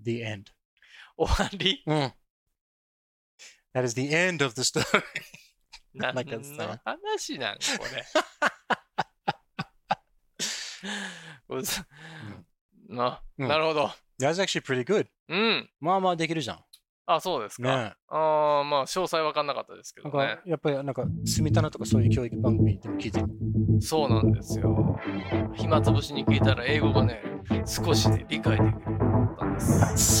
the end. 終わり Mm. That is the end of the story. 何なんかのさ話なんこ れ。これさなうんなるほど。 That's actually pretty good. うん。まあまあできるじゃん。あ、そうですか。ねああ、まあ、詳細わかんなかったですけえ。などんかね。やっぱりなんか、住みたなとかそういう教育番組でも聞いてる。そうなんですよ。暇つぶしに聞いたら英語がね、少しで理解できるようになったんです。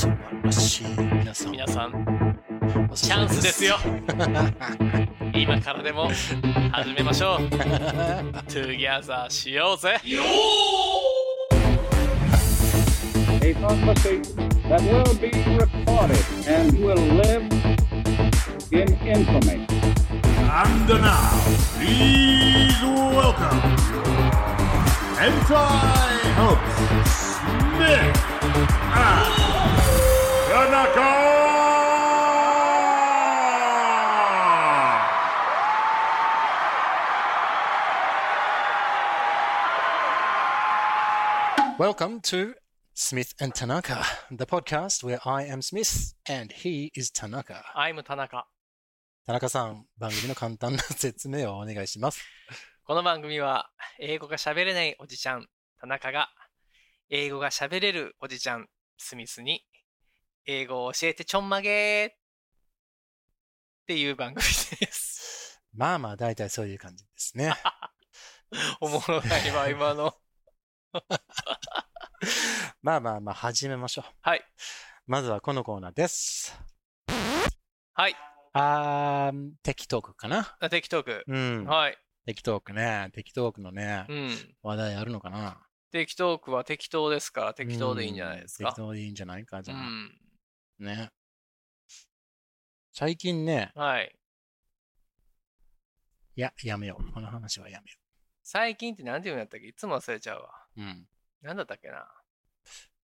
素晴らしい。皆さん。皆さん、おすチすめャンスで すよ。今からでも始めましょう。Together しようぜ。 a prophecy that will be recorded and will live in infamy. And now, please welcome Hentai Host Smith Ah. and Tanaka! Welcome to Smith and Tanaka, the podcast where I am Smith and he is Tanaka. I'm 田中。田中さん、番組の簡単な説明をお願いします。この番組は英語が喋れないおじちゃん田中が英語が喋れるおじちゃんスミスに英語を教えてちょんまげーっていう番組です。 まあまあ、大体そういう感じですね。おもろない わ今の。まあまあまあ、始めましょう。はい。まずはこのコーナーです。はい。あー、テキトークかなテキトーク。うん。はい。テキトークね。テキトークのねう、ん。話題あるのかなテキトークは適当ですから適当でいいんじゃないですうんか適。当でいいんじゃないか、じうゃあ。ん。ね。最近ね、はい。いや、やめよう。この話はやめよ最近って何て言うんやったっけいつも忘れちゃうわ。う。うん。何だったっけな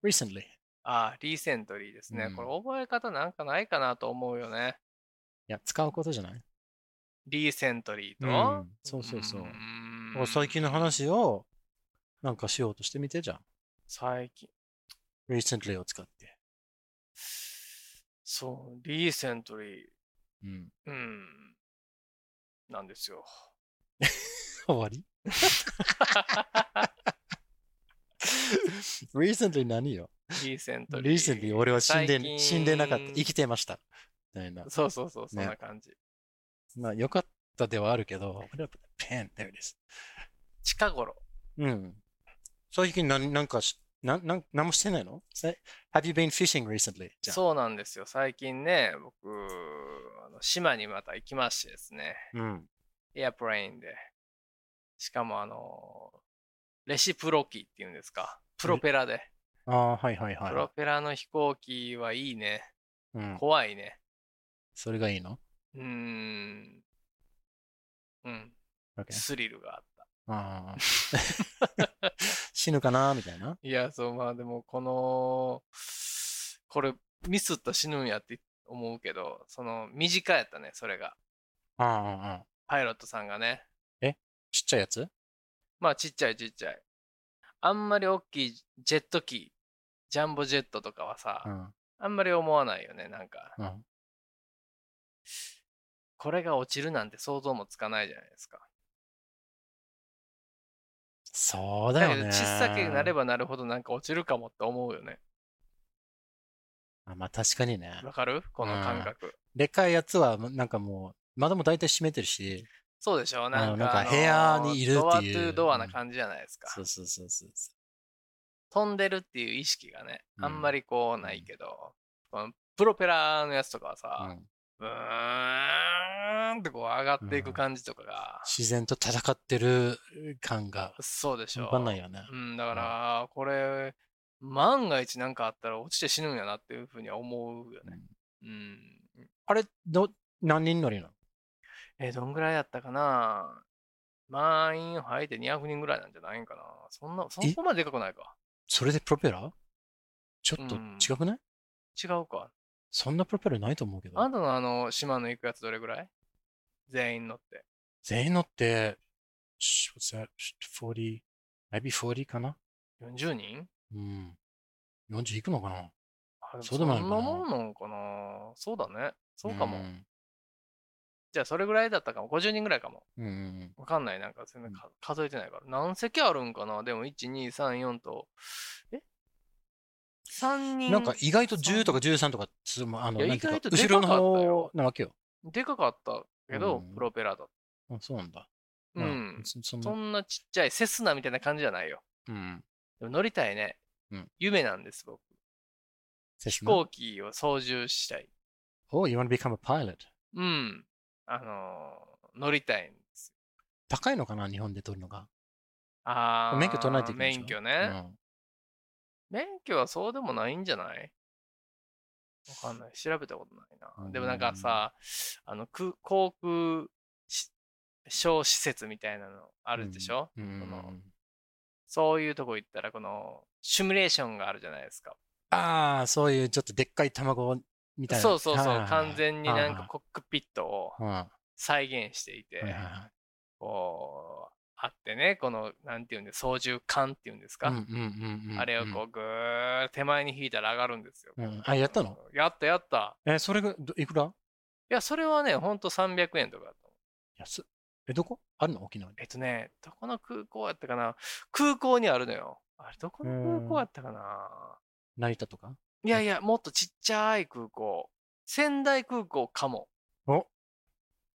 recently. ああ、リーセントリーですね。うんこれ覚え方なんかないかなと思うよね。いや、使うことじゃないリーセントリーと、うん。そうそうそう。ーんお最近の話を、なんかしようとしてみてじゃん。最近 recently を使って。そうリーセントリーうん。うんなんで すよ終わり recently 何よリーセントリー ?recently 俺は死ん最近で、死んでなかった。生きてました。みたいな。そうそうそうそんねな感じ、まあ、よかったではあるけど、ペン、there it is。近頃うん。最近何、なんかし、なん、なん、何もしてないのさ ?Have you been fishing recently? じゃあそうなんですよ最近ね僕あの島にまた行きましてですねうん。エアプレインでしかもあのレシプロ機っていうんですかプロペラでああ、はいはいプロはペラの飛行機はいいねい。うん。怖いねそれがいいのうーん。うん。 ?OK。スリルがあった。ああ。 死ぬかなみたいな。いや、そう、まあでも、この、これ、ミスったら死ぬんやって思うけど、その、短いやったね、それが。ああああ、ああパイロットさんがね。ちっちゃいやつまあ、ちっちゃいちっちゃい。あんまり大きいジェット機、ジャンボジェットとかはさ、うん。あんまり思わないよね、なんか。うん。これが落ちるなんて想像もつかないじゃないですか。そうだだよけね。ど、小さくなれば。ばなるほどなんか落ちるかもって思うよね。あまあ確かにね。わかるこの感覚。でっかいやつは、なんかもう、窓も大体閉めてるし。そうでしょなんかのなんかあの部屋にいるっていうドアトゥードアな感じじゃないですか、そうそうそうそうそ飛んでるっていう意識がねうんあんまりこうないけど、このプロペラのやつとかう。はうさ、んうーんってこう上がっていく感じとかが、自然と戦ってる感が、そうでしょわかんないよね。うん、だからこれ万が一なんかあったら落ちて死ぬんやなっていうふうには思うよねうん、あれ、ど、何人乗りなのえーどんぐらいやったかな満員入って200人ぐらいなんじゃないんかなそんなそこまででかくないかそれでプロペラちょっとうん違くない、違うかそんなプロペラないと思うけあど。なたのあの、島の行くやつどれぐらい全員乗って。全員乗って、sh- what's that? Sh- 40, maybe 40かな40人うん。40いくのかなあでもそうでもないそのんかななもんなんかな。そうだね。そうかも。んじゃあ、それぐらいだったかも。50人ぐらいかも。うんうんわかんない。なんか、全然か数えてないから。何席あるんかなでも、1、2、3、4と。え ?3 う人。ん、なんか意外と10とか13とかつまあのいやなんていう意外かとでか後かろったのよ方なわけよ。でかかったけど、うんプロペラだ。あそうなんだ。うまあん。そそんなそんなちっちゃい、セスナみたいな感じじゃないよ。うん。でも乗りたいね。うん夢なんです、僕。飛飛行機を操縦したい。 Oh, you want to become a pilot? うん。あのー乗りたいんですよ。高いのかな日本で取るのが。あー免許取らないといけないでしょ。免許ね、免許はそうでもないんじゃないわかんない。調べたことないな。でもなんかさ、あの、空航空し小施設みたいなのあるでしょ、うん。うそのん、そういうとこ行ったら、この、シミュレーションがあるじゃないですか。ああ、そういうちょっとでっかい卵みたいな。そうそうそうはいはいは。い完全になんかコックピットをはいはい再現していてはい、はこう、あってね、この、なんていうんで、操縦桿っていうんですいか、うんうんうんうんあれをこう、ぐーっと手前に引いたら上がるんですよ。うんあやったのやったやった。え、それがどいくらいや、それはね、ほんと300円とかだと思う。安っえ、どこあるの沖縄で。えっとね、どこの空港やったかな空港にあるのよ。あれ、どこの空港やったかな成田とかいやいや、もっとちっちゃい空港。仙台空港かも。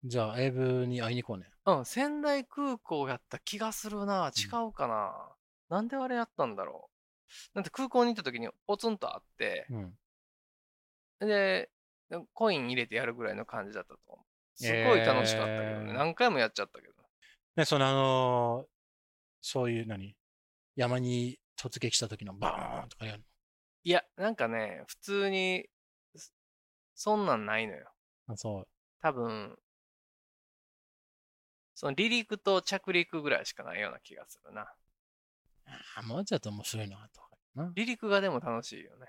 じゃあ、英ブに会いに行こうね。うん、仙台空港やった気がするな。違うかな。なんであれやったんだろう。なんて空港に行った時にポツンとあって、うん。で、コイン入れてやるぐらいの感じだったと思う。すごい楽しかったけどね。えー何回もやっちゃったけど。ね、その、あのーそういう、何山に突撃した時のバーンとかやるいや、なんかね、普通に、そそんなんないのよ。の。あ、そう。多分、その離陸と着陸ぐらいしかないような気がするな。あもうちょっと面白いな、とかな。離陸がでも楽しい よね。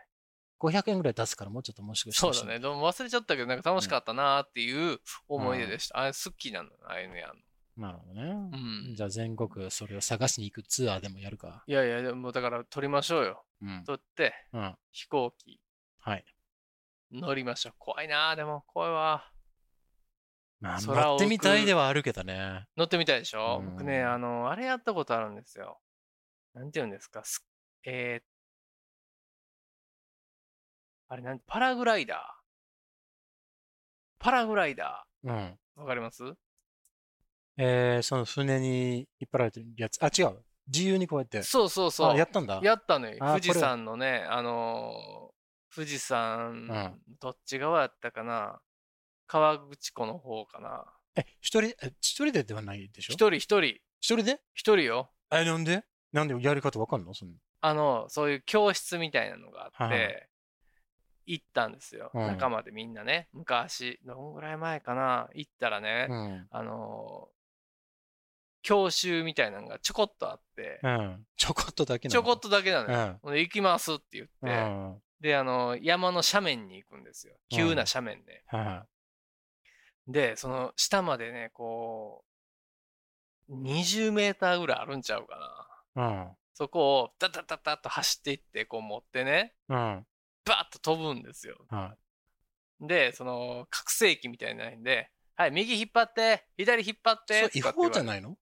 500円ぐらい出すから、もうちょっと面白いしてそほうしいだね。。でも忘れちゃったけど、なんか楽しかったなーっていう思い出でした。あれ、好きなの、ああいうのやんの。なるほどね。うん。じゃあ全国それを探しに行くツアーでもやるか。いやいや、でもだから撮りましょうよ。うん。撮って、うん。飛行機はい。乗りましょう。怖いなーでも怖いわ。まあ、空を乗ってみたいではあるけどね。乗ってみたいでしょ、うん僕ね、あの、あれやったことあるんですよ。なんて言うんですか、すえーあれなん、パラグライダー。パラグライダうん。ー。わかりますえー、その船に引っ張られてるやつ。あ、違う。自由にこうやって。そうそうそう。あ、やったんだ。やったのよ。あー富士山のね、あのー富士山、どっち側やったかな川口湖の方かなえ、一人、え一人でではないでしょ一人一人、一一人で人よ。え、なんでなんでやり方わかんのそんなあの、そういう教室みたいなのがあっはいはて、行ったんですよ。うん仲間でみんなね、昔、どんぐらい前かな、行ったらね、うん。あのー教習みたいなのがちょこっとあって、うん。ちょこっとだけなちょこっとだけなのよ。と。ほんで行きますって言うん。うって、ん。で、あのー山の斜面に行くんですよ。急な斜面ね。はで、その下までね、こう、20メーターぐらいあるんちゃうかな。い。うん。そこを、ダダダダッと走っていって、こう持ってね、うん。バーッと飛ぶんですよ。はで、その、覚醒器みたいなので、はい、右引っ張って、左引っ張っい。そてう、、違法じゃいないの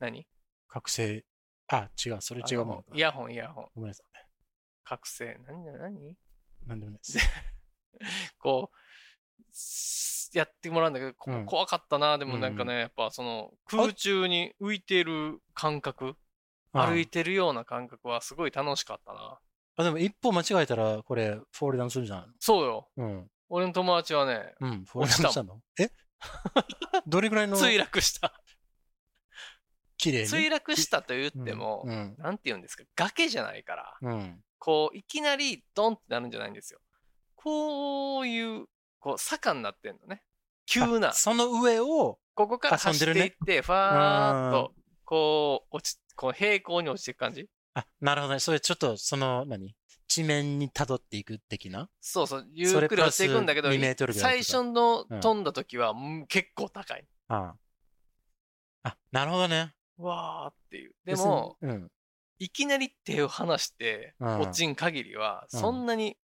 何覚醒。あ、違う。それ違うもんあ。のイヤホン、イヤホン。ごめんなさ覚醒。何何何い。なんでもないです。こう、スやってもらうんだけど、こうん怖かったな。でもなんかね、やっぱその、空中に浮いてる感覚、歩いてるような感覚はすごい楽しかったな。あ、でも一歩間違えたら、これ、フォールダウンするじゃん。そうよ。うん。俺の友達はね、うん、フォールダウンしたの。 えどれぐらいの墜落した。綺麗に墜落したと言っても、うん。なんて言うんですか、崖じゃないから、うん。こう、いきなりドンってなるんじゃないんですよ。こういう、こう、坂になってんのね。急なあ。その上を、ここから走っていって、ファーっと、こう、落ち、こう平行に落ちていく感じ。あ、なるほどね。それちょっと、その、何地面に辿っていく的なそうそう、ゆそっれくプり落ラちスていくんだけど2メート、ルぐらい最とか初のうん飛んだ時は、うん結構高い。ああ。あ、なるほどね。わーっていう。でも、別に、うん。いきなり手を離してうん落ちん限りは、うんそんなに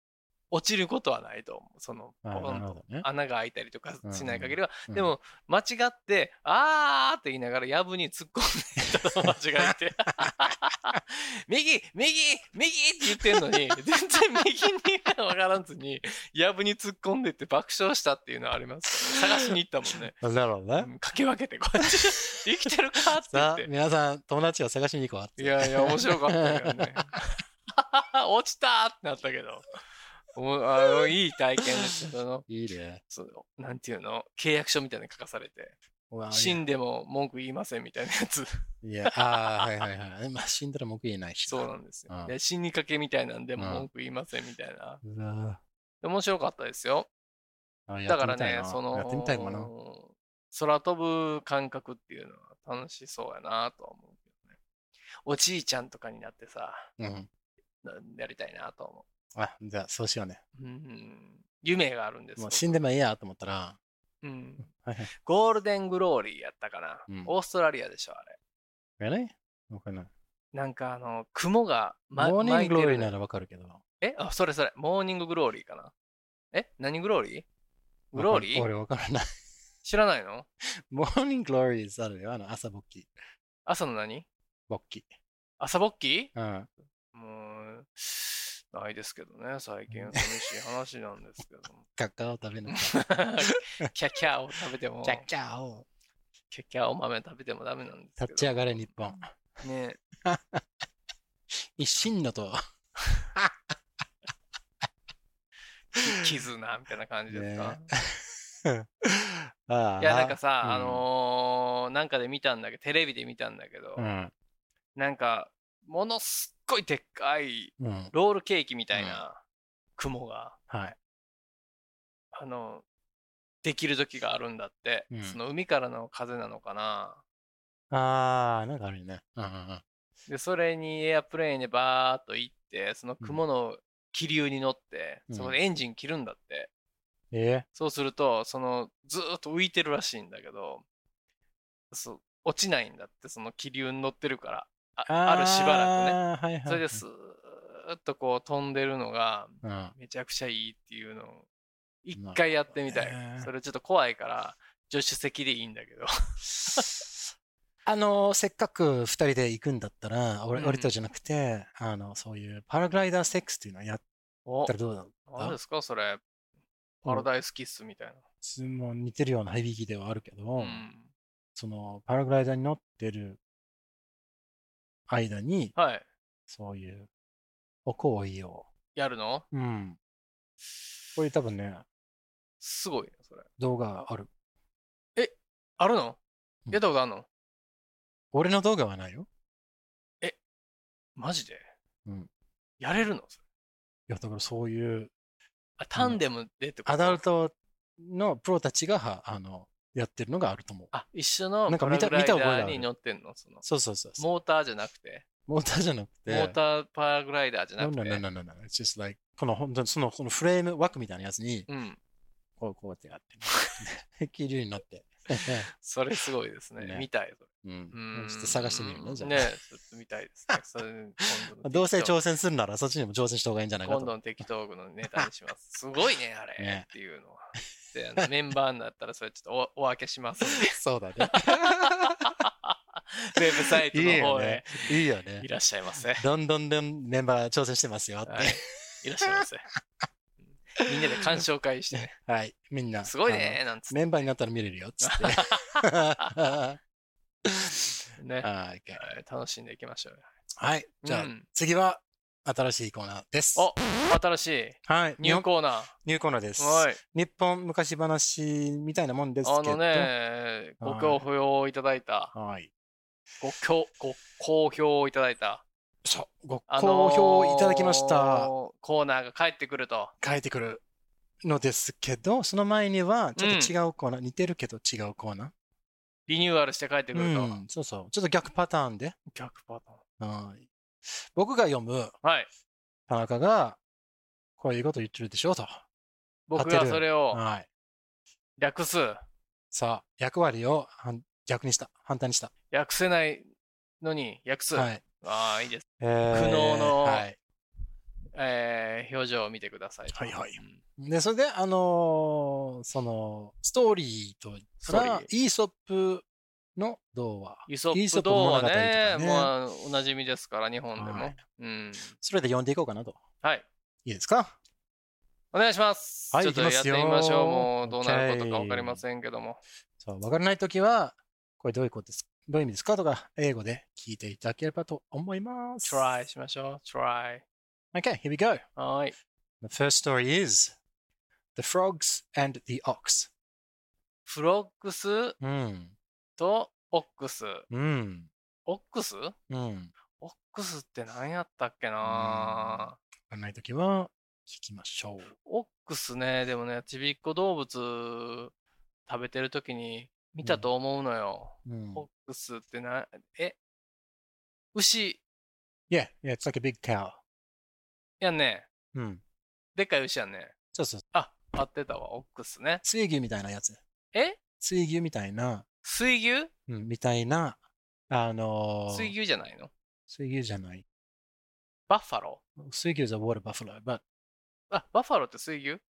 落ちることはないと思う。その、あーポなンるとほどね。 穴が開いたりとかしない限りは、うんでも間違って「あー」って言いながらやぶに突っ込んでいったの間違えて 「右右右!」って言ってんの に全然右に分からんずにやぶに突っ込んでって爆笑したっていうのはありますからね、探しに行ったもんね。なるほどうね。んかき分けてこう やって生きてるかって言さっあ、て皆さん、友達を探しに行こうっていやいや面白かったけど ね落ちたーってなったけどおあのいい体験ですそのいいね。そのなんていうの契約書みたいなの書かされてうわ死んでも文句言いませんみたいな やついや、ああ、はいはいはい。まあ、死んだら文句言えないし。そうなんですうよんで死にかけみたいなんでうんも文句言いませんみたいなうわ面白かったですよーあやだってかみらたいねなそのやってみたいかな。空飛ぶ感覚っていうのは楽しそうやなとは思うけどねおじいちゃんとかになってさうん。なやりたいなとは思あ、じゃあ、そうしようね。ううん夢があるんですもうよ死んでもいいやと思ったら、うんはいはいゴールデングローリーやったかな、うんオーストラリアでしょあれやねわかんない。なんかあの雲が、モーニングローリーなならわかるけど。えあ、それそれ。モーニンググローリーかな。え何グローリーグローリわかんー俺わからない。 知らないのモーニングローリーあるよ。あの、朝勃起。朝の何勃起。朝勃起うん。もう、ないですけどね。最近寂しい話なんですけど も。カカオ食べなきゃ。キャキャを食べても、キャッキャオキャキャお豆食べてもダメなんですけど。立ち上がれ日本。ね一心の と。き絆みたいな感じですか。ああいや、なんかさ、うんあのーなんかで見たんだけど、テレビで見たんだけど、うん。なんか、ものすっごいでっかいうん。ロールケーキみたいな雲が、はい。あの、できる時があるんだって、うんその海からの風なのかな。ああ、なんかあるよね。うんうんうん。で、それにエアプレインでバーっと行って、その雲の気流に乗って、うんそこでエンジン切るんだって。えそうすると、その、ずーっと浮いてるらしいんだけど、そう、落ちないんだって、その気流に乗ってるから、あーあるしばらはくね。いはいはい。それで。スーッとこう飛んでるのが、うん。めちゃくちゃいいっていうのを、一なるほどね回やってみたい。それちょっと怖いから、助手席でいいんだ けど。あの、せっかく二人で行くんだったら、俺,、うん俺とじゃなくて、あの、そういうパラグライダーセックスっていうのをやっおたらどうだろう何ですかそれ。パラダイスキッスみたい質問似てるような響きではあるけど、な。うん。そのパラグライダーに乗ってる間に、はい。そういうお行為を。やるのうん。これ多分ね、すごいね、それ。動画ある。あるのうんやったことあるの俺の動画はないよ。マジでうんやれるのそれいや、だからそういうあ、タンデムでってことアダルトのプロたちが、はあの、やってるのがあると思う。あ、一緒のなんかパラ見グたライダ見た覚えーがあにる乗ってんのそのそうそうそうそう。モーターじゃなくて、モーターじゃなくて。モーターパラグライダーじゃな No, く no, no, て。 no, no, no. It's just like, この本当にその、このフレーム枠みたいなやつに、うん。こう、こうやってやって、ね、気流になって。それすごいですねね。見たい。うんうんちょっと探してみるね、じゃあ。ねちょっと見たいですね。それ今度のどうせ TikTok 挑戦するなら、そっちにも挑戦した方がいいんじゃないか今と。度の適当具のネタにします。すごいね、あれ ねっていうのは。であのメンバーになったらそれちょっとおお分けしますん でそうだね。ウェブサイトいいのよ方へね。いいよいね。らっしゃいませ。はい、どんどんどんメンバー挑戦してますよって。いらっしゃいませ。みんなで鑑賞会して ね、はい。みんな。すごいあね、なんつの。メンバーになったら見れるよ、つって。ってね。ははい OK い楽しんでいきましょうよ。はい。じゃあ、うん次は、新しいコーナーです。お新しいはい。ニューコーナニューコーナーですー。。はい。日本昔話みたいなもんですけど。あのね、はいご好評いただいた、はい。ご評ご好評いただいた、そう、ごあの好ー評いただきました。コーナーが帰ってくると。書いてくるのですけど、その前には、ちょっと違うコーナー、似てるけど違うコーナリニューアルして帰ってー。くると。うん、そうそう。ちょっと逆パターンで。逆パターン。はい僕が読むはい。田中が、こういうこと言ってるでしょうと。僕当てがるそれをはい。略す、さあ、役割を反逆にした。反対にした。略せないのに、略す。はい。ああ、いいです。えー苦悩のはい。えー表情を見てください。はいはいうんで、それで、あのーその、ストーリーと言ったら、ストーイーソップの童話。ユソイーッソッププ物童語話とかね、ねまあ、おなじみですから、日本でも。はいうん。それで読んでいこうかなと。はい。いいですかお願いします。はいちょっといやきまってすみよましょう。もうどうなることか OK わかりませんけども。そう、わからないときは、これどういうことですどういう意味ですかとか、英語で聞いていただければと思います。 try しましょう。try。 Okay, here we go. はい。 The first story is The Frogs and the Ox. フロックスうん。とオックス。うん。オックスうん。オックスって何やったっけなわからないときは、聞きましょう。オックスね、でもね、ちびっこ動物食べてる時に見たと思うのよ。うんオックスってな、え牛 Yeah, yeah, it's like a big cow. やんね。うん。でっかい牛やんね。そうそう。あ、合ってたわ、オックスね。水牛みたいなやつ。え水牛みたいな、水牛うん、みたいな、あのー水牛じゃないの水牛じゃない。バッファロ水牛 is a water buffalo, but ーあ、バッファローって水牛ウ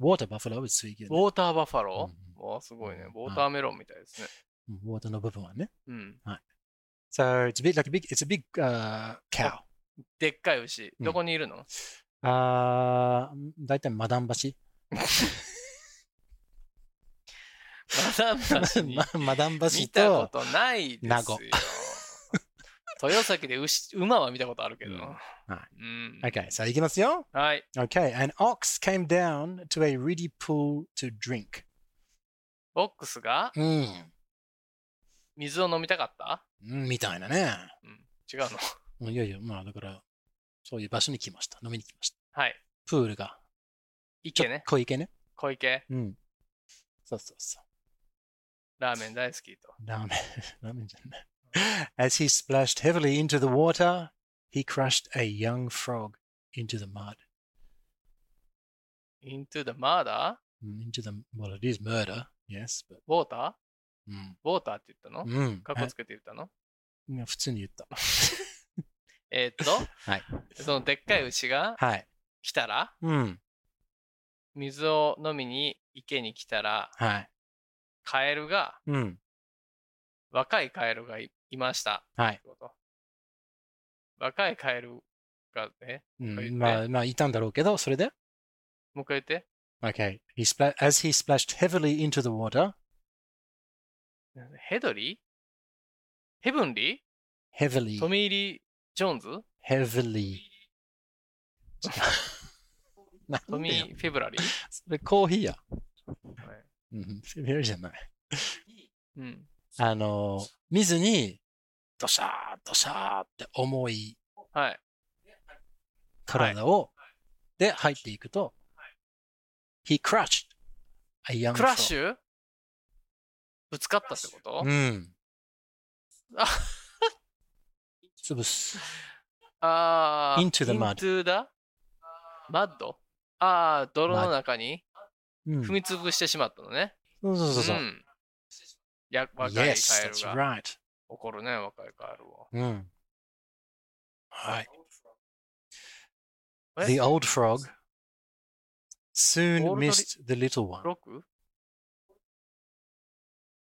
water buffalo is 水牛、ね。ォーターバッファロー、うわあすごいね。ウォーターメロンみたいですね。うん、water の部分はね。うん。 So it's a big, like a big, it's a big、uh, cow. でっかい牛。うんどこにいるの、 あー、だいたいマダン橋。マダムたちにま マダン橋、見たこととないで名すよ護。 豊崎で牛馬は見たことあるけど。うんはうん。 okay, さあ行きますよ。はい。 Okay, an ox came down to a reedy pool to drink. オックスがうん、水を飲みたかったうん、みたいなね。うん。違うの。うんいやいや、まあだから、そういう場所に来ました。飲みに来ました。はい。プールが。池ね。小池ね。小池。うん。そうそうそう。ラーメン大好きと。ラーメン、ラーメンじゃない。As he splashed heavily into the water, he crushed a young frog into the mud. into the murder? うん Into the, well, it is murder, yes, but, ウォーターうん。ウォーターって言ったのうん。かっこつけて言ったのあ普通に言った。えーっと、はいそのでっかい牛がはい。来たら、うん。水を飲みに池に来たら、はい。カエルが、うん。若いカエルがいいました。はい。若いカエルが、えうこう言ってん、まあ、まあ、いたんだろうけど、それでもう一回言って Okay. He spla- as he splashed heavily into the water, ヘドリーヘブンリー heavily, トミーリー・ジョーンズ heavily. なんでよトミー・フェブラリー、それコーヒーや。はいうん、セミよりじゃない。うん、あの、見ずに、ドシャー、ドシャーって重いはい。体を、で入っていくと、he crushed a young クラッシュュぶつかったってこと うん。あ潰す。ああ、 Into the mud. into the mud? ああ、泥の中にうん、踏みつぶしてしまったのね。そうそうそうそうう。んや若いカエ yes, ル that's が right. 怒るね、若いカエルを。うん。はい。え The old frog soon オールドリ missed the little one. フロック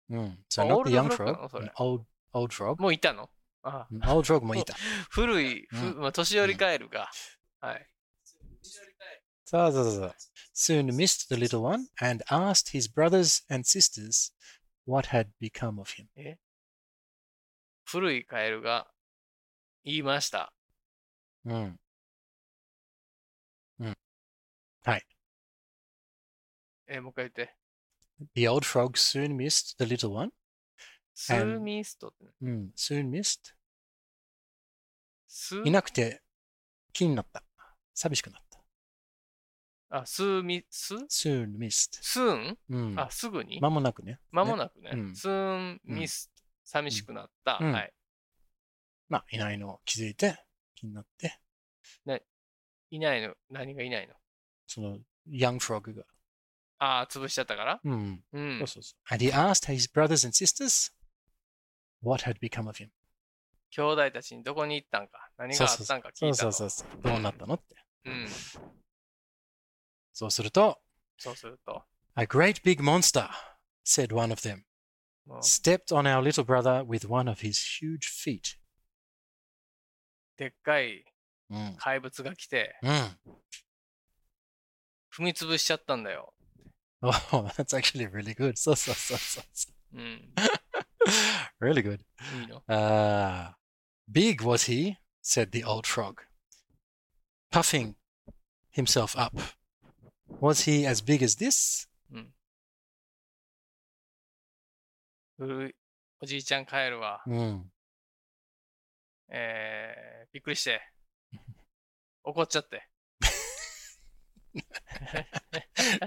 うん。So あ not オール the ド young フロックなの frog, それ an old, old frog. もういたのあうん old frog もいた。あ古い、ふうまあ、年寄りカエルが。はい。そうそうそう。Soon missed the little one and asked his brothers and sisters what had become of him. 古いカエルが言いました。うん。えーもう一回言って。 The old frog soon missed the little one. スーミストって。うん。Soon missed. スいなくて気になった。寂しくなった。あ、スーミス Soon missed. スーンうん。あ、すぐに間もなくね。まもなくうね。んスーンミスト。寂しくなった。うんはい。まあ、いないのを気づいて、気になって、いないの。何がいないのその、ヤングフロッグが。ああ、潰しちゃったからうん。う。そうんそうそう。And he asked his brothers and sisters what had become of him. 兄弟たちにどこに行ったんか。何があったんか聞いたそうのそうそうそう。どうなったのって。うん。そうすると、そうすると。 A great big monster, said one of them, もう stepped on our little brother with one of his huge feet. でっかいうん。怪物が来て、うん。踏み潰しちゃったんだよ。 Oh, that's actually really good. そうそうそうそうそうん。う。really good. いいの Ah, big was he, said the old frog, puffing himself up. Was he as big as this? 古いおじいちゃん帰るわ。うん。えー、びっくり して。怒っちゃって。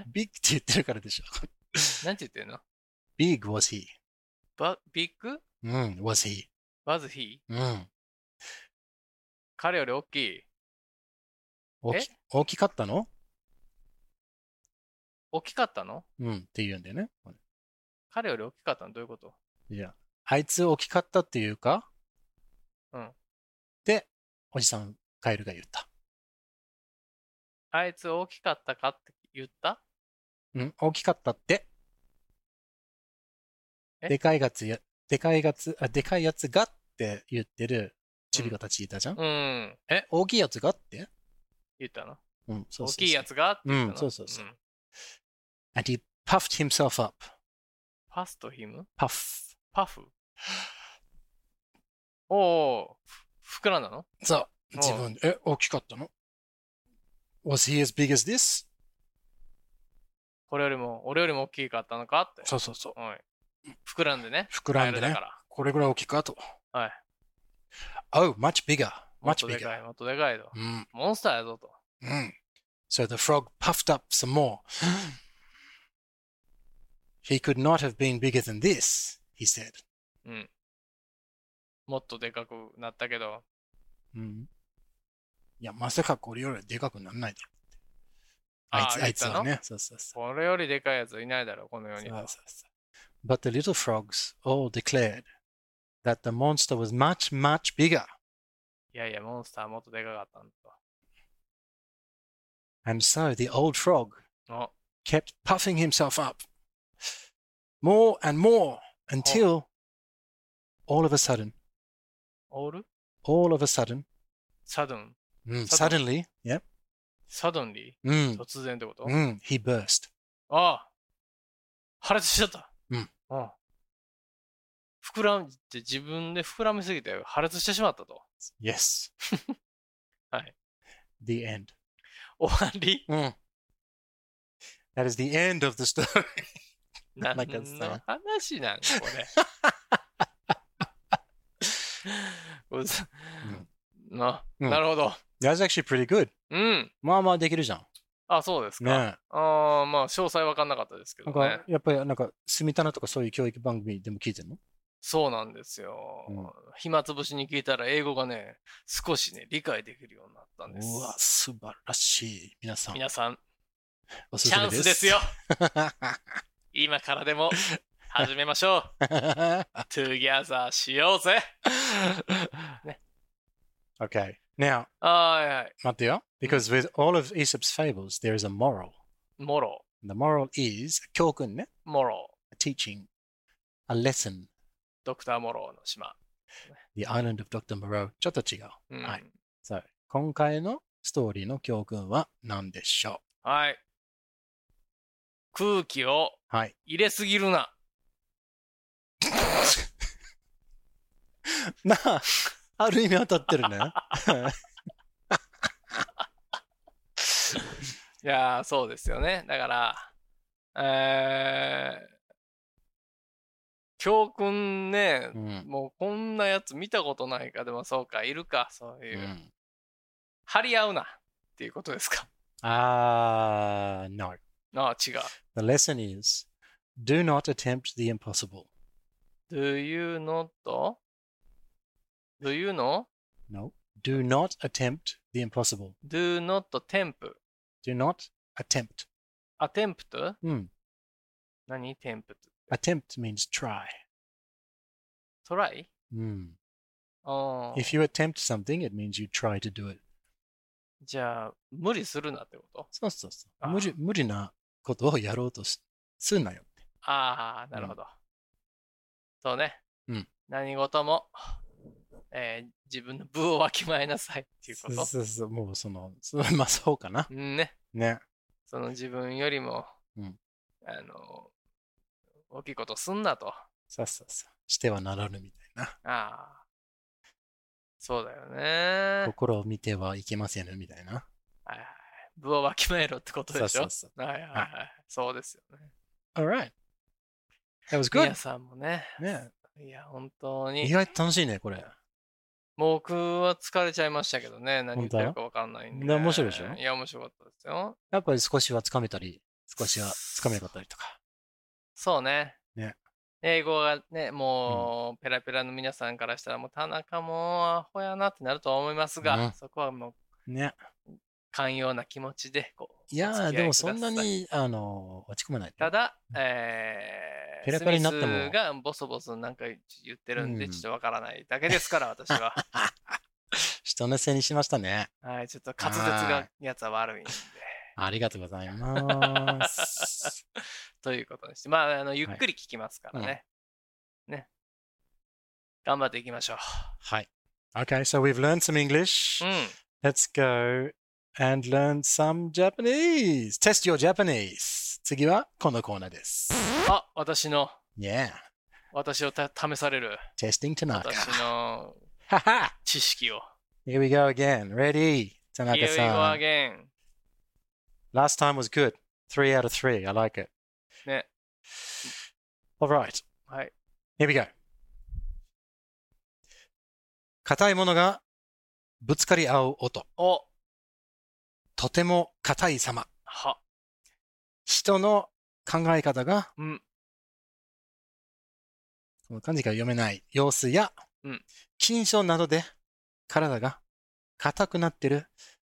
big って言ってるからでしょ。なんて言ってんの big was he. バビッグうん。was he. Mm. バズヒーうん。彼より大きい。大き大きかったの大きかったのうん。Mm, って言うんだよね。彼より大きかったのどういうこといや、あいつ大きかったっていうか、うん。で、おじさん、カエルが言った。あいつ大きかったかって言ったうん、大きかったって。えでかいやつや、でかいやつ、あ、でかいやつがって言ってる、チビが立ちいたじゃん。うん。え、大きいやつがって言ったのうん、そうそうそう大きいや。つがって言うったのんそうそうそうん And he puffed himself up. ファストヒム puff. パフ おおふ膨らんだのそう。うん自分、え、大きかったの ?was he as big as this? これよりも、俺よりも大きかったのかって。そうそうそう。はい。膨らんでね。膨らんでカエルだねか。ら。これぐらい大きくかと。はい。 Oh, much bigger. もっと Much でか bigger. い、もっとでかいと。うん。モンスターやぞと。 Mm. So the frog puffed up some more. he could not have been bigger than this, he said. もっとでかくなったけど、うん、いや、Mm. まさかこれよりでかくならないだろうって。ああーいつあいつ言ったはのね。そうそうそう。これよりでかいやついないだろう、この世にそうと。そうそう But the little frogs all declared that the monster was much, much bigger. いやいや、モンスターはもっとでかかったんだ And so the old frog と。お kept puffing himself up more and more until all of a sudden, オール all of a sudden, サドン Mm, Sudden- suddenly, yep. サドンリ Mm, ー突然ってこと、あ mm, he burst. あ破裂しちゃった。うん。うん。膨らんで、自分で膨らみすぎて破裂してしまったと。 Yes. Hi. The end. 終わり Mm. That is the end of the story. 何なんかさの話なんこ れ。うざな、うんなるほど。 That was actually pretty good. うん。まあまあできるじゃん。あ、そうですか。ねああ、まあ、詳細わかんなかったですけえ。などんかね。、やっぱりなんか、住棚とかそういう教育番組でも聞いてんのそうなんですよ。うん暇つぶしに聞いたら、英語がね、少しね、理解できるようになったんです。うわ、素晴らしい。皆さん、皆さん、おすチすャめンです。スです よ。今からでも、始めまし ょう。together しようぜ。 okay. Now, はいはい。待ってよ。Because with all of Aesop's fables, there is a moral. もろ、 The moral is 教訓ね。もろ、 A teaching. A lesson. ドクターもろの島。 The Island of Dr. Moreau ちょっと違う。うんはい。さあ、今回のストーリーの教訓は何でしょはい空気をう はい。入れすぎるな。なあ、ある意味当たってるね。いやー、そうですよね。だから、えー、教訓ねう、ん。もうこんなやつ見たことないか、でもそうか、いるか、そうういう。ん、張り合うなっていうことですか。 あー、no. Ah, ああ、違う。 The lesson is do not attempt the impossible. Do you not? Do you know? No. Do not attempt the impossible. Do not temp. Do not attempt. Attempt? うん。何 ?temp? Attempt means try. Mm. Try? うん。ああ。 If you attempt something, it means you try to do it. じゃあ、無理するなってことそうそうそあう。ー無理、無理なことをやろうとしすんなよって。ああ、なるほど。そうね。うん何事も、えー自分の分をわきまえなさいっていうこそうと。そうそう。もうその、 そまあそうかな。うんね。ね。その自分よりも、うんあの、大きいことすんなと。そうそうそう。してはならぬみたいな。ああ。そうだよね。心を見てはいけませぬみたいな。はいはい分をわきまえろってことでしょ。そうそうはいはいはい。そうですよね。 Alright. That was 皆 good. さんもね。ね。いや、本当意に。外と楽しいね、これ。もう僕は疲れちゃいましたけどね。何言ってる本かわかんないんで。ね面白いでしょいや、面白かったですよ。やっぱり少しはつかめたり、少しはつかめなかったりとか。そうね。ね英語がね、もう、ペラペラの皆さんからしたら、もう、田中もアホやなってなるとは思いますが、うんそこはもう、ね。寛容な気持ちで、こう。いやおー、付き合でいもくだそさいんな。に、あの、落ち込まない。ただ、えー、ペラペラになってもスミスがボソボソなんか言ってるんで、うんちょっとわからないだけですから、私は。 人のせいにしましたね。はい、ちょっと滑舌がはやつは悪いんで。ありがとうございます。ということにして、まあ、あのゆっくり聞きますからね。ね。頑張っていきましょう。はい。Okay, so we've learned some English. うん。 Let's go and learn some Japanese. Test your Japanese. 次はこのコーナーです。あ、私の、 Yeah. 私をた試される、 Testing Tanaka. 私の Ha ha! 知識を。 Here we go again. Ready? Here we go Tanaka-san. again. Last time was good. Three out of three. I like it. ね。 All right. はい。 Here we go. 硬いものがぶつかり合う音。お、とても硬い様。は、人の考え方が、うんこの漢字が読めない様子や、うん緊張などで体が硬くなってる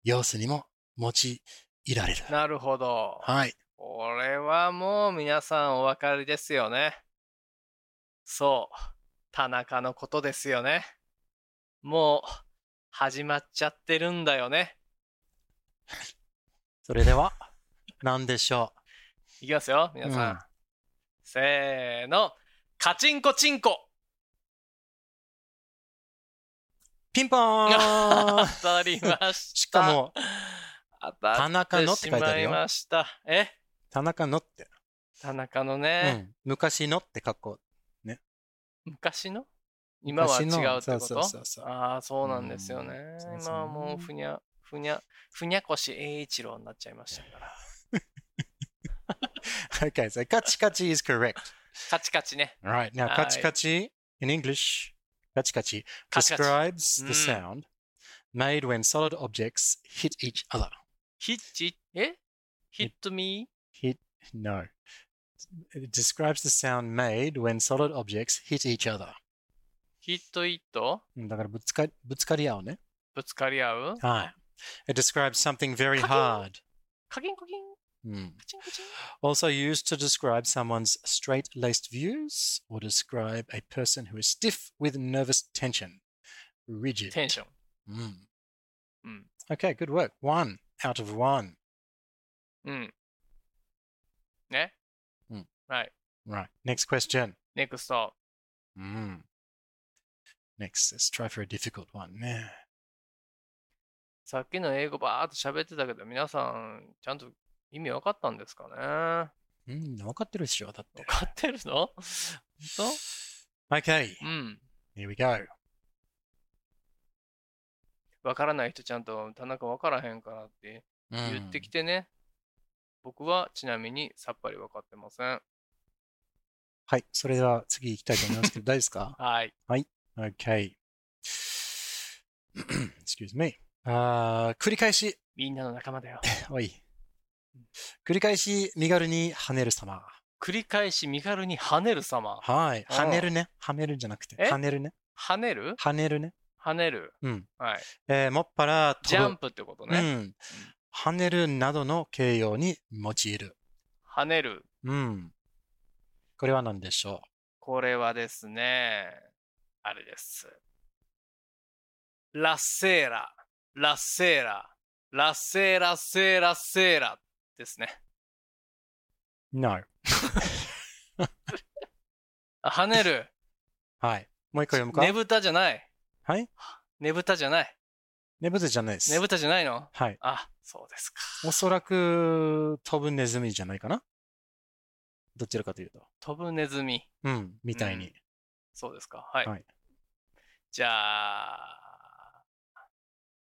様子にも用いられる。なるほど。はい。これはもう皆さんお分かりですよね。そう、田中のことですよね。もう、始まっちゃってるんだよね。それでは、何でしょいきますよ、う皆さん。うんせーの。カチンコチンコ。ピンポー 当ンたりまし た。しかも、当たって田中のって書いてあるしまいよ。ました。え田中のって。田中のうね、ん、昔のって格好。昔の今は違昔のうってことそうそうそうそうああ、そうなんですよねうんそう。そう今はもうふにゃ、ふにゃ、ふにゃこし栄一郎になっちゃいましたから。 okay, so kachi kachi is correct. カチカチね。 Right. Now, Aye. kachi kachi in English, kachi kachi Kachi kachi. describes the Mm. sound made when solid objects hit each other. ヒッチ、えヒットミ Hit, no. It describes the sound made when solid objects hit each other. Mm, ーヒットイットだからぶつか,ぶつかり合うね。はい。ぶつかり合う Ah, It describes something very かけん。 hard. カキンコキン、 Mm. カチンコチン。 Also used to describe someone's straight laced views or describe a person who is stiff with nervous tension. Rigid. テンション。 Mm. Mm. Okay, good work. One out of one. うん。ね。うんはい。 Right. Next question. ネクスト。 Mm. Next, let's try for a difficult one. Yeah. さっきの英語ばーっと喋ってたけど、皆さん、ちゃんと意味わかったんですかねうん、分かってるでしょだってわ。かってる の本 Okay, 当うん。 here we go. わからない人ちゃんと、田中わからへんからって言ってきてね。僕はちなみにさっぱりわかってません。はい、それでは次行きたいと思いますけど、大丈夫ですかはい。 ?Okay. Excuse me. あー繰り返し、みんなの仲間だよ。おい。繰り返し身軽に跳ねる様。繰り返し身軽に跳ねる様。はい。あー跳ねるね。はめるんじゃなくて。え跳ねるね。跳ねる跳ねるね。跳ねる。うん。はい。えーもっぱら飛ぶジャンプってことね。うん。跳ねるなどの形容に用いる。跳ねる。うん。これは何でしょこれはですね、あれです。ラッセーラ、ラッセーラ、ラッセーラッセーラッセーラですね。 No. あ跳ね る。はい。もう一回読むか。ねぶたじゃない。はい。ねぶたじゃない。ねぶたじゃないです。ねぶたじゃないのはい。あ、そうですか。おそらく、飛ぶネズミじゃないかな。どちらかというと。飛ぶネズミ。うん、みたいに。そうですか。はい。はいじゃあ、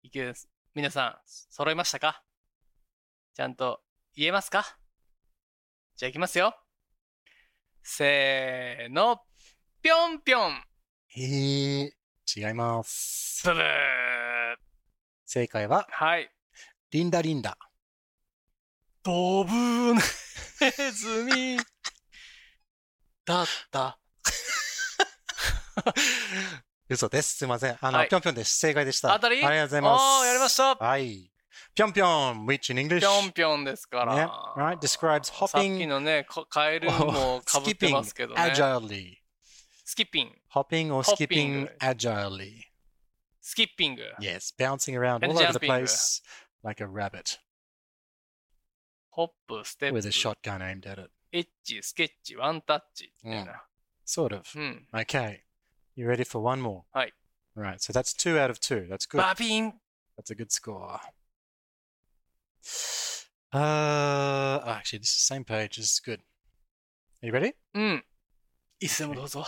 いけです。皆さん、揃いましたかちゃんと言えますかじゃあいきますよ。せーの、ぴょんぴょん、へえー、違います。ブブー。正解は、はい。リンダリンダ。ドブーネズミ だった。 嘘です。すいません。あの、はいぴょんぴょんです。正解でした。当たりありがとうございます。おー、やりました。はい。ぴょんぴょん、which in English? ぴょんぴょんですから。ね Right, describes さっき hopping, のね、こカエルもかぶってますけど skipping ね。 agilely. スキッピング。 Hopping or skipping Hopping. agilely. スキッピング。 Yes, bouncing around And all over the jumping. place like a rabbit ホップ、ステッ with a プ、 shotgun aimed at it. エッチ、スケッチ、ワンタッチ。みたいな Sort of. うん。 Okay. You ready for one more? Mm. Hi. Ah. Right. So that's two out of two. That's good. バビン That's a good score. Uh, oh, actually, this is the same page. This is good. Are you ready? うん。いつでもどうぞ。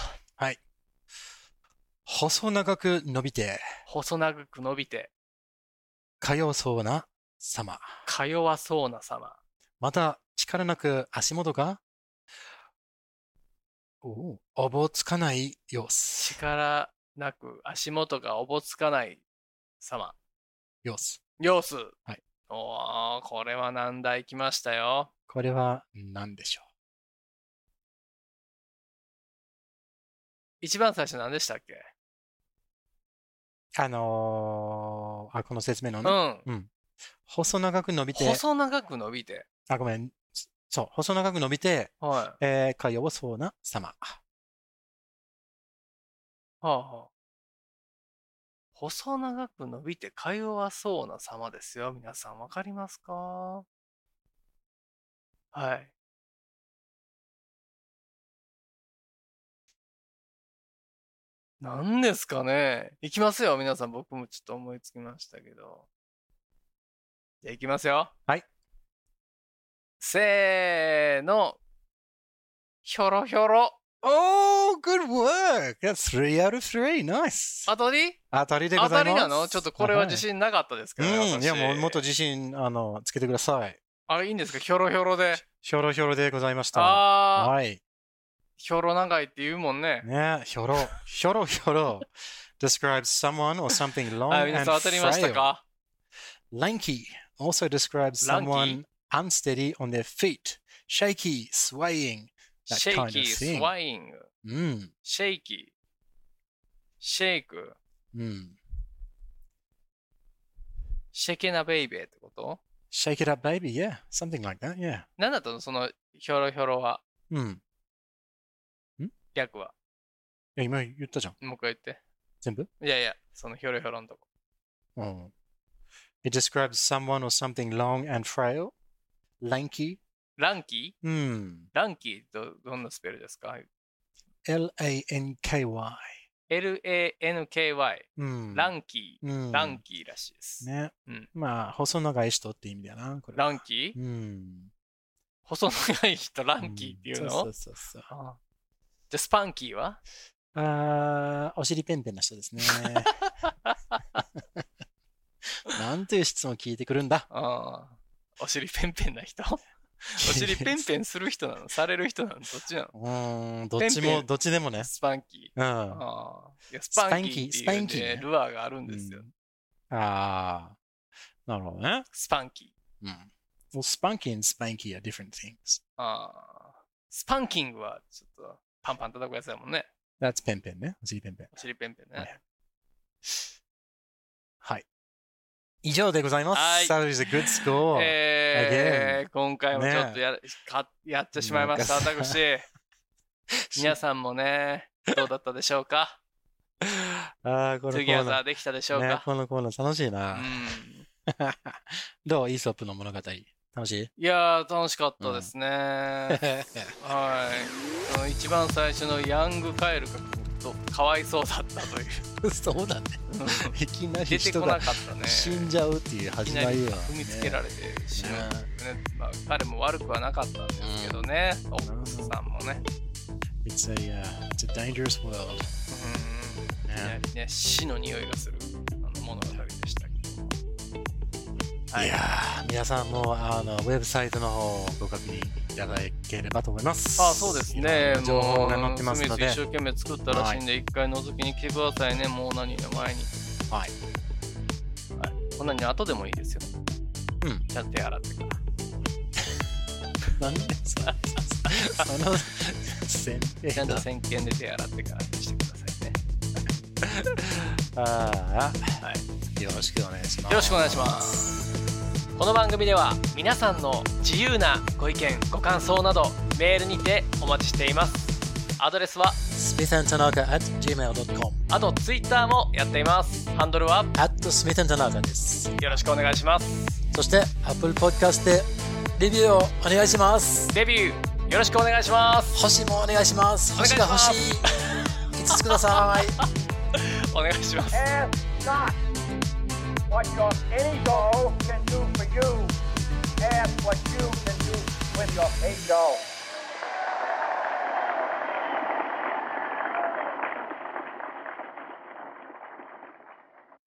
細長く伸びて、細長く伸びて、かようそうな様。か弱そうな様。また、力なく足元が、おうおぼつかない様子。力なく足元がおぼつかない様。様子。様子。はい。おー、これは難題きましたよ。これは何でしょ一番最初何でしたっけうあのー、あ、この説明のうね、ん。細長く伸びて、細長く伸びて。あ、ごめん。そう、細長く伸びて、はい。はえー、かようそうな様。あはあ。細長く伸びてか弱そうな様ですよ。皆さんわかりますかはい。何ですかねいきますよ。皆さん僕もちょっと思いつきましたけど。じゃあいきますよ。はい。せーの。ひょろひょろ。 Oh, good work! That's three out of three. Nice! 当たり当たりでご当ざたいます。りなのちょっとこれは自信なかったですけどね、はいうん、いや、私もうもっと自信、あの、つけてください。あれいいんですかひょろひょろで。ひょろひょろでございました。あー、はい。ひょろ長いって言うもんね。ね、ひょろ、ひょろひょろ。describes someone or something long はい、皆 and さん当たりました frail. か Lanky also describes someone Lanky? unsteady on their feet, shaky, swaying. That シ kind ェ of イキー、 thing. スワイング、うん、シェイキー、シェイク、うん。シェケなベイベーってこと Shake it up, baby. Yeah, something like that. Yeah. 何だったのそのひょろひょろは、うん。逆は。いや、今言ったじゃん。もう一回言って。全部いやいや、そのひょろひょろのとこ。 Oh. It describes someone or something long and frail, lanky. ランキ Hmm. ーランキーとどんなスペルですか L A N K Y. ?L-A-N-K-Y。 Hmm. ランキうー。んランキーらしいです。ね。うんまあ、細長い人って意味だよな、これは。ランキーうん。細長い人ランキーっていうの、そうそうそうそう。ああじゃあスパンキーはあー、お尻ペンペンな人ですね。 なんていう質問聞いてくるんだ。ああお尻ペンペン な人お尻ペンペンする人なのされる人なのどっちなのうーん、どっちペンも、ペンどっちでもね。スパンキうん。ー。あああいやスパンキーってスパいンう、ねキースパンキーねルアーがあるんですよ。うんあー、なるほどね。スパンキー。 Mm. Well, spunky and spanky are different things. ああスパンキングはちょっとパンパン叩くやつだもんね。 That's pen pen, yeah? I see pen pen. お尻ペンペンね。はい。以上でございます。はい That is a good score. えー、今回もちょっとや,、かやってしまいました、なんか私。 皆さんもね、どうだったでしょうかあーこのコ次はーナザーーできたでしょうねか、このコーナー楽しいな。うん どうイーソップの物語。楽しいいやー、楽しかったですね。はい。その一番最初のヤングカエルがとかわいそうだったとい う。そうだね。いきなり出て人こながかったね。死んじゃうっていうい始きまなりりは、ね。踏みつけられて死ぬっていうね。まあ、彼も悪くはなかったんですけどね。奥さんもね。 It's a, uh, it's a dangerous world. うんいきなりね、死の匂いがするあの物語でしたけど。はいいやー皆さんもあのウェブサイトの方をご確認いただければと思います。あそうですいねろんな。情報が載ってますのでもうスミス一生懸命作ったらしいんで、一回覗きに来てくださいね。もう何の前に。 はい。はい。こんなに後でもいいですよ。うんちゃんと手洗ってかなら。んでさその 先ちゃ輩んとだ先見で手洗ってからにしてくださいね。ああ、はよろしくお願いします。よろしくお願いします。この番組では皆さんの自由なご意見、ご感想などメールにてお待ちしています。アドレスはす。Smith and Tanaka at gmail.com あとツイッターもやっています。ハンドルは at Smith and Tanaka です。よろしくお願いします。そして Apple Podcast でレビューをお願いします。デビューよろしくお願いします。星もお願いします。星が欲し い。5つください。お願いします。 Ask not what your any doll can do for you. Ask what you can do with your ego.